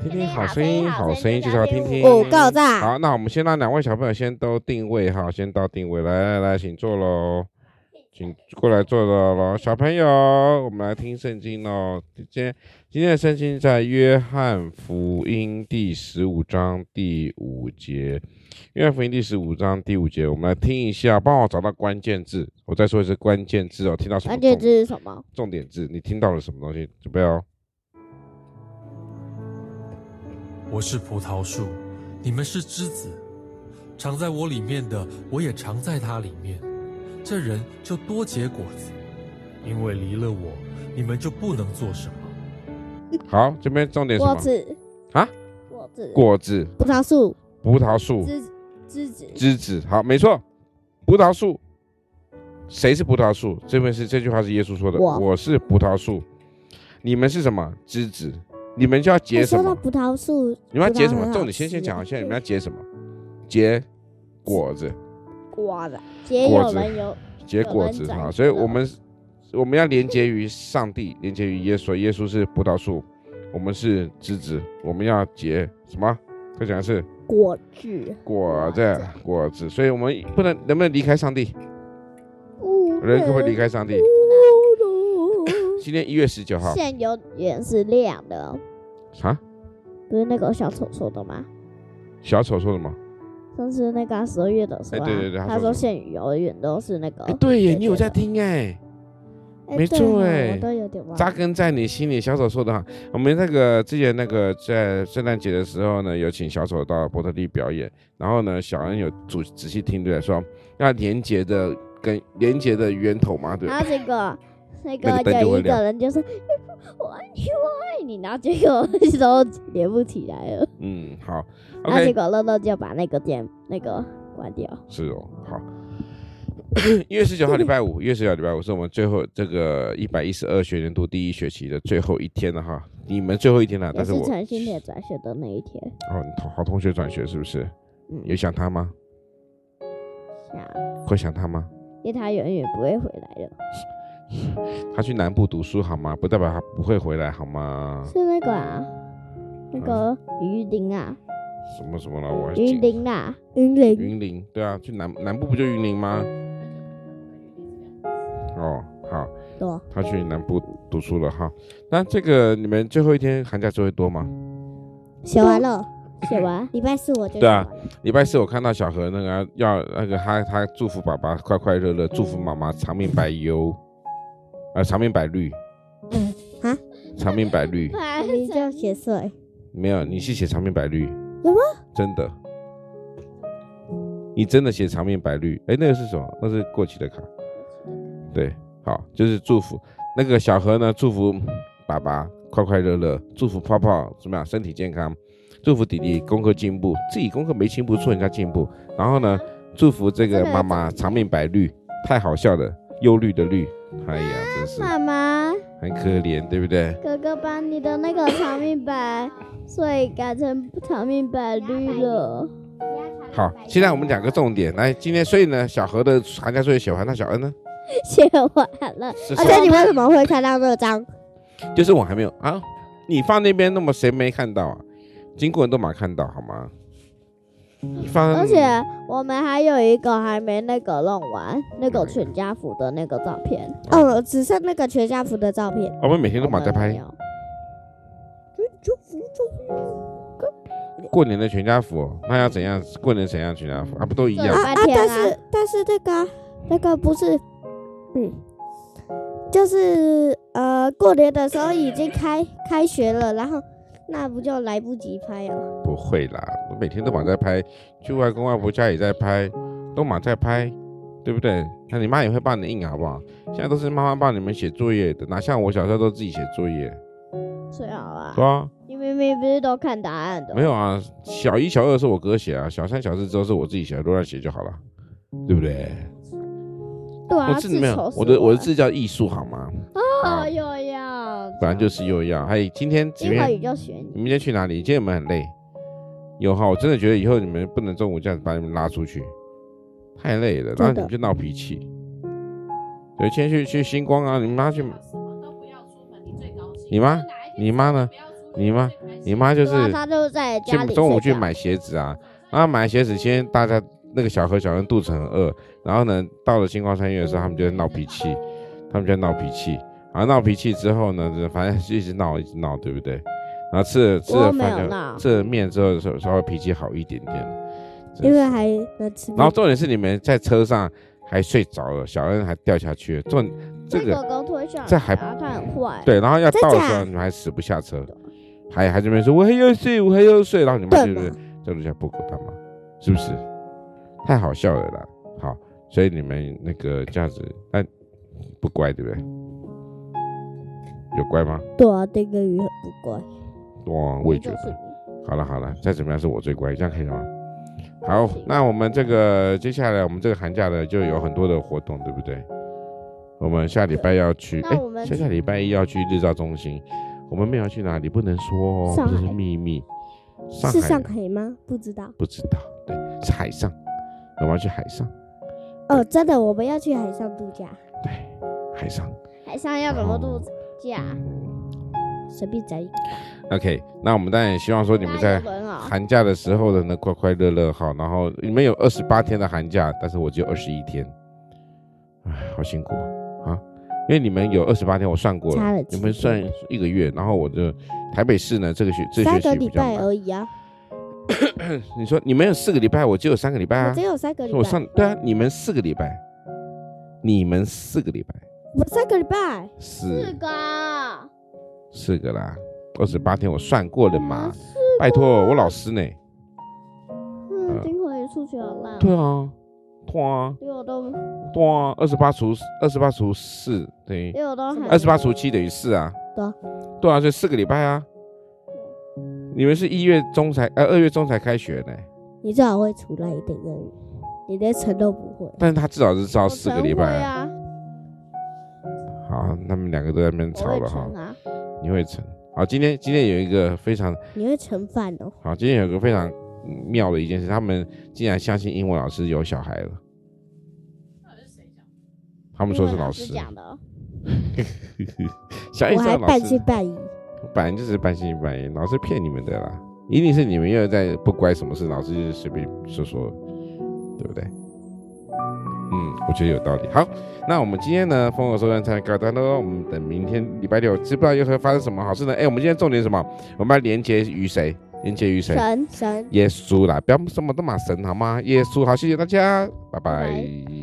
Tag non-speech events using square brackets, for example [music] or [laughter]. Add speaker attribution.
Speaker 1: 听听
Speaker 2: 好
Speaker 1: 好声音，好声音就是要听听。
Speaker 3: 五够赞，
Speaker 1: 好，那我们先让两位小朋友先都定位哈，先到定位，来来来，请坐喽，请过来坐喽喽，小朋友，我们来听圣经喽。今天今天的圣经在约翰福音第十五章第五节，约翰福音第十五章第五节，我们来听一下，帮我找到关键字。我再说一次关键字哦，听到什么重
Speaker 3: 关键字是什么？
Speaker 1: 重点字？你听到了什么东西？准备哦。
Speaker 4: 我是葡萄树，你们是枝子。常在我里面的，我也常在他里面。这人就多结果子，因为离了我，你们就不能做什么。
Speaker 1: 好，这边重点是什
Speaker 3: 果
Speaker 1: 么？
Speaker 3: 子
Speaker 1: 啊？哦
Speaker 3: 果子，
Speaker 1: 果子、
Speaker 3: 葡萄树，
Speaker 1: 葡萄树、
Speaker 3: 枝枝子，
Speaker 1: 枝子，好，没错，葡萄树，谁是葡萄树？这边是这句话是耶稣说的，
Speaker 3: 我
Speaker 1: 是葡萄树，你们是什么枝子？你们就要结
Speaker 3: 哎
Speaker 1: 什
Speaker 3: 说
Speaker 1: 么
Speaker 3: 到？葡萄树，
Speaker 1: 你们要结什么
Speaker 3: 葡萄很？好
Speaker 1: 重点先先
Speaker 3: 吃
Speaker 1: 讲好，现在你们要结什么？结果子，
Speaker 3: 瓜子，也
Speaker 1: 果
Speaker 3: 有
Speaker 1: 子
Speaker 3: 人有
Speaker 1: 结果子
Speaker 3: 有人
Speaker 1: 啊！
Speaker 3: 长
Speaker 1: 所以我
Speaker 3: 了
Speaker 1: 们我们要连接于上帝，连接于耶稣，耶稣是葡萄树，我们是枝子，我们要结什么？再讲一次，
Speaker 3: 果子，
Speaker 1: 果
Speaker 3: 果
Speaker 1: 子
Speaker 3: 子，
Speaker 1: 果子。所以我们不能能不能离开上帝？人可不可以离开上帝？今天一月十九号
Speaker 3: 现有眼是亮的，哦
Speaker 1: 啊，
Speaker 3: 不是那个小丑说的吗？
Speaker 1: 小丑说什么？
Speaker 3: 上次那个十二月的时候啊，
Speaker 1: 哎对对对他
Speaker 3: 他
Speaker 1: 说
Speaker 3: 说
Speaker 1: 什么
Speaker 3: 现有眼都是那个
Speaker 1: 哎，，对耶，
Speaker 3: 解
Speaker 1: 你有
Speaker 3: 决
Speaker 1: 在
Speaker 3: 的
Speaker 1: 听哎，
Speaker 3: 哎
Speaker 1: 没
Speaker 3: 对
Speaker 1: 错
Speaker 3: 哈
Speaker 1: 哎
Speaker 3: 我都有点忘
Speaker 1: 扎
Speaker 3: 了。
Speaker 1: 根在你心里。小丑说的好，我们那个之前那个在圣诞节的时候呢，有请小丑到伯特利表演，然后呢，小恩有仔仔细听对不对，说要连接的跟连接的源头嘛，对不
Speaker 3: 然
Speaker 1: 对，
Speaker 3: 后结果那
Speaker 1: 那个灯
Speaker 3: 个
Speaker 1: 就
Speaker 3: 有
Speaker 1: 会
Speaker 3: 一
Speaker 1: 亮
Speaker 3: 个人就说我爱你，我爱你，然后结果 [laughs] 那时候连不起来了，
Speaker 1: 嗯，好
Speaker 3: 然后结
Speaker 1: ，OK，
Speaker 3: 果乐乐就把那个键那个关掉。
Speaker 1: 是哦，好。 [coughs] 一月十九号礼拜五，一月十九号礼拜五是我们最后这个一百一十二学年度第一学期的最后一天了哈，你们最后一天了，
Speaker 3: 也
Speaker 1: 但是
Speaker 3: 是
Speaker 1: 我
Speaker 3: 陈新铁转学的那一天，
Speaker 1: 哦，你同好同学转学是不是？
Speaker 3: 嗯，
Speaker 1: 有想他吗？
Speaker 3: 想，
Speaker 1: 会想他吗？
Speaker 3: 因为他永远不会回来的，
Speaker 1: 他去南部读书好吗？不代表他不会回来好吗？
Speaker 3: 是那个啊，那
Speaker 1: 嗯
Speaker 3: 个于林啊，
Speaker 1: 什么什么了？我还
Speaker 3: 于
Speaker 1: 记
Speaker 3: 林啊，于林，
Speaker 1: 云林，对啊，去南南部不就云林吗？哦，好，
Speaker 3: 对啊，
Speaker 1: 他去南部读书了哈。那这个你们最后一天寒假作业多吗？
Speaker 3: 写完了，写完，
Speaker 2: 礼拜四我就
Speaker 1: 对啊
Speaker 2: 写
Speaker 3: 嗯
Speaker 2: 完了，
Speaker 1: 礼拜四我看到小何那个啊要那个他他祝福爸爸快快乐乐，祝福妈妈长命百忧，呃长命百绿，
Speaker 3: 嗯
Speaker 2: 啊，
Speaker 1: 长命百绿。
Speaker 3: 反
Speaker 2: 明明就写碎。
Speaker 1: 没有，你是写长面白绿，
Speaker 3: 有吗？
Speaker 1: 真的，你真的写长面白绿？哎，那个是什么？那是过期的卡。对，好，就是祝福那个小何呢，祝福爸爸快快乐乐，祝福泡泡怎么样，身体健康，祝福弟弟功课进步，自己功课没进步，祝人家进步，然后呢，祝福这个妈妈长面白绿，太好笑了，忧虑的绿，哎呀，真是
Speaker 3: 妈妈，
Speaker 1: 很可怜，对不对？
Speaker 3: 哥哥把你的那个长命 [laughs] 百岁改成长命百绿了，
Speaker 1: 好，现在我们两个重点来，今天所以呢，小何的寒假作业写完，那小恩呢？
Speaker 3: 写完了，
Speaker 1: 是什
Speaker 2: 而且
Speaker 1: 么
Speaker 2: 你为什么会看到那张？
Speaker 1: 就是我还没有啊，你放那边，那么谁没看到啊？经过人都马看到好吗？你放，
Speaker 3: 而且我们还有一个还没那个弄完，那个全家福的那个照片。
Speaker 1: 嗯
Speaker 2: 哦，只剩那个全家福的照片。
Speaker 1: 我们每天都马在
Speaker 3: 我们没
Speaker 1: 拍
Speaker 3: 有。
Speaker 1: 过年的全家福哦，那要怎样？过年怎样全家福啊？不都一样
Speaker 3: 对？
Speaker 2: 啊啊！
Speaker 3: 半天啊
Speaker 2: 但是但是那个啊那个不是，嗯，就是呃，过年的时候已经开开学了，然后那不就来不及拍了？
Speaker 1: 不会啦，我每天都马在拍，去外公外婆家也在拍，都马在拍，对不对？那你妈也会帮你印好不好？现在都是妈妈帮你们写作业的，哪像我小时候都自己写作业，
Speaker 3: 最好啊
Speaker 1: 对！啊。
Speaker 3: 你明明不是都看答案的，
Speaker 1: 没有啊，小一、小二是我哥写啊，小三、小四之后是我自己写，乱乱写就好了，对不对？
Speaker 3: 对啊，
Speaker 1: 我字没有
Speaker 3: 丑，死
Speaker 1: 我的我的
Speaker 3: 了
Speaker 1: 字叫艺术好吗？啊
Speaker 3: 哦，又要，
Speaker 1: 本来就是又要。嘿，今天子
Speaker 3: 英
Speaker 1: 苑，
Speaker 3: 语就选
Speaker 1: 你们今天去哪里？今天有没有很累？有哈，我真的觉得以后你们不能中午这样子把你们拉出去，太累了，然后你们就闹脾气。对，今天去去星光啊，你妈去，你妈，你妈呢？你妈，你妈就
Speaker 3: 对啊，
Speaker 1: 是
Speaker 3: 他就在
Speaker 1: 去
Speaker 3: 家里
Speaker 1: 中午
Speaker 3: 睡
Speaker 1: 去
Speaker 3: 觉
Speaker 1: 买鞋子啊，然后买鞋子，先大家那个小何小恩肚子很饿，然后呢，到了星光三月的时候，他们就在闹脾气，他们就在闹脾气，然后闹脾气之后呢，就反正就一直闹一直闹，对不对？然后吃了吃
Speaker 2: 我
Speaker 1: 了
Speaker 2: 没有
Speaker 1: 饭
Speaker 2: 闹
Speaker 1: 就吃了面之后，稍稍微脾气好一点点，真
Speaker 2: 因为
Speaker 1: 是
Speaker 2: 还能吃面。
Speaker 1: 然后重点是你们在车上还睡着了，小恩还掉下去了，重这
Speaker 3: 被
Speaker 1: 个
Speaker 3: 狗狗推上来啊，
Speaker 1: 这还
Speaker 3: 它很坏。
Speaker 1: 对，然后要
Speaker 2: 真
Speaker 1: 到的时
Speaker 2: 假
Speaker 1: 候，你们还死不下车，还还这边说我还要睡，我还要睡，然后你妈
Speaker 2: 对
Speaker 1: 就是
Speaker 2: 吧？
Speaker 1: 叫人家波狗大妈，是不是？太好笑了啦！好，所以你们那个这样子，那不乖对不对？有乖吗？
Speaker 2: 对啊，这个鱼很不乖。
Speaker 1: 哇，我也觉
Speaker 3: 就是
Speaker 1: 得。好了好了，再怎么样是我最乖，这样可以吗？
Speaker 2: 嗯
Speaker 1: 好，那我们这个接下来我们这个寒假的就有很多的活动，对不对？我们下礼拜要去，
Speaker 3: 那
Speaker 1: 哎
Speaker 3: 我，们
Speaker 1: 下下礼拜一要去日照中心，我们没有去哪里，不能说哦，
Speaker 2: 上海
Speaker 1: 这是秘密。上海
Speaker 2: 是上海吗？不知道。
Speaker 1: 不知道，对，是海上，我们要去海上，
Speaker 2: 哦，真的，我们要去海上度假，
Speaker 1: 对，海上。
Speaker 3: 海上要怎么度
Speaker 2: 啊
Speaker 3: 假？
Speaker 2: 随便找一个。
Speaker 1: OK，那我们当然也希望说你们在
Speaker 3: 大家游轮啊，
Speaker 1: 寒假的时候的呢，快快乐乐好，然后你们有二十八天的寒假，但是我只有二十一天，唉，好辛苦啊！因为你们有二十八天，我算过
Speaker 2: 差
Speaker 1: 了
Speaker 2: 了，
Speaker 1: 你
Speaker 2: 几
Speaker 1: 们算一个月，然后我的台北市呢，这个学这
Speaker 2: 三
Speaker 1: 学
Speaker 2: 个
Speaker 1: 期
Speaker 2: 礼
Speaker 1: 比较
Speaker 2: 拜
Speaker 1: 忙。
Speaker 2: 而已啊，
Speaker 1: 你说你们有四个礼拜，我只有三个礼拜
Speaker 2: 我
Speaker 1: 啊
Speaker 2: 只，有三个礼
Speaker 1: 我
Speaker 2: 拜，
Speaker 1: 上对啊，你们四个礼拜，你们四个礼拜，
Speaker 2: 我三个礼拜，
Speaker 3: 四
Speaker 1: 四
Speaker 3: 个
Speaker 1: 嗯
Speaker 3: 啊
Speaker 1: 四个啦，二十八天我算过了
Speaker 2: 哦
Speaker 1: 嘛，拜托我老师呢？
Speaker 3: 嗯，丁可以数学好烂哦，
Speaker 1: 对啊，对啊。
Speaker 3: 因为我都
Speaker 1: 对啊，二十八除二十八除四等于
Speaker 3: 因为我都还
Speaker 1: 二十八除七等于四啊。
Speaker 2: 对啊，
Speaker 1: 对啊，所以四个礼拜啊。你们是一月中才呃二月中才开学呢，
Speaker 2: 你最好会出来一点英语，你连乘都不会。
Speaker 1: 但是他至少是照四个礼拜
Speaker 3: 我乘会。啊，
Speaker 1: 好，他们两个都在那边
Speaker 3: 我
Speaker 1: 吵
Speaker 3: 会
Speaker 1: 了哈
Speaker 3: 乘。啊，
Speaker 1: 你会乘？好，今天今天有一个非常
Speaker 2: 你会盛饭哦，
Speaker 1: 好，今天有一个非常妙的一件事，他们竟然相信英文老师有小孩了。他
Speaker 3: 他
Speaker 1: 们说是老师，哎
Speaker 3: 讲的哦，
Speaker 1: [laughs] 小
Speaker 2: 我还
Speaker 1: 老
Speaker 2: 半
Speaker 1: 师
Speaker 2: 信半疑。
Speaker 1: 本来就是半信半疑，老师骗你们的啦，一定是你们又在不乖什么事，老师就是随便说说，对不对？嗯，我觉得有道理。好，那我们今天呢，风口收山才告一段落。我们等明天礼拜六，知不知道又会发生什么好事呢？哎，我们今天重点是什么？我们要连接于谁？连接于谁？
Speaker 2: 神神。
Speaker 1: 耶稣啦，不要什么都骂神好吗？耶稣，好，谢谢大家，拜拜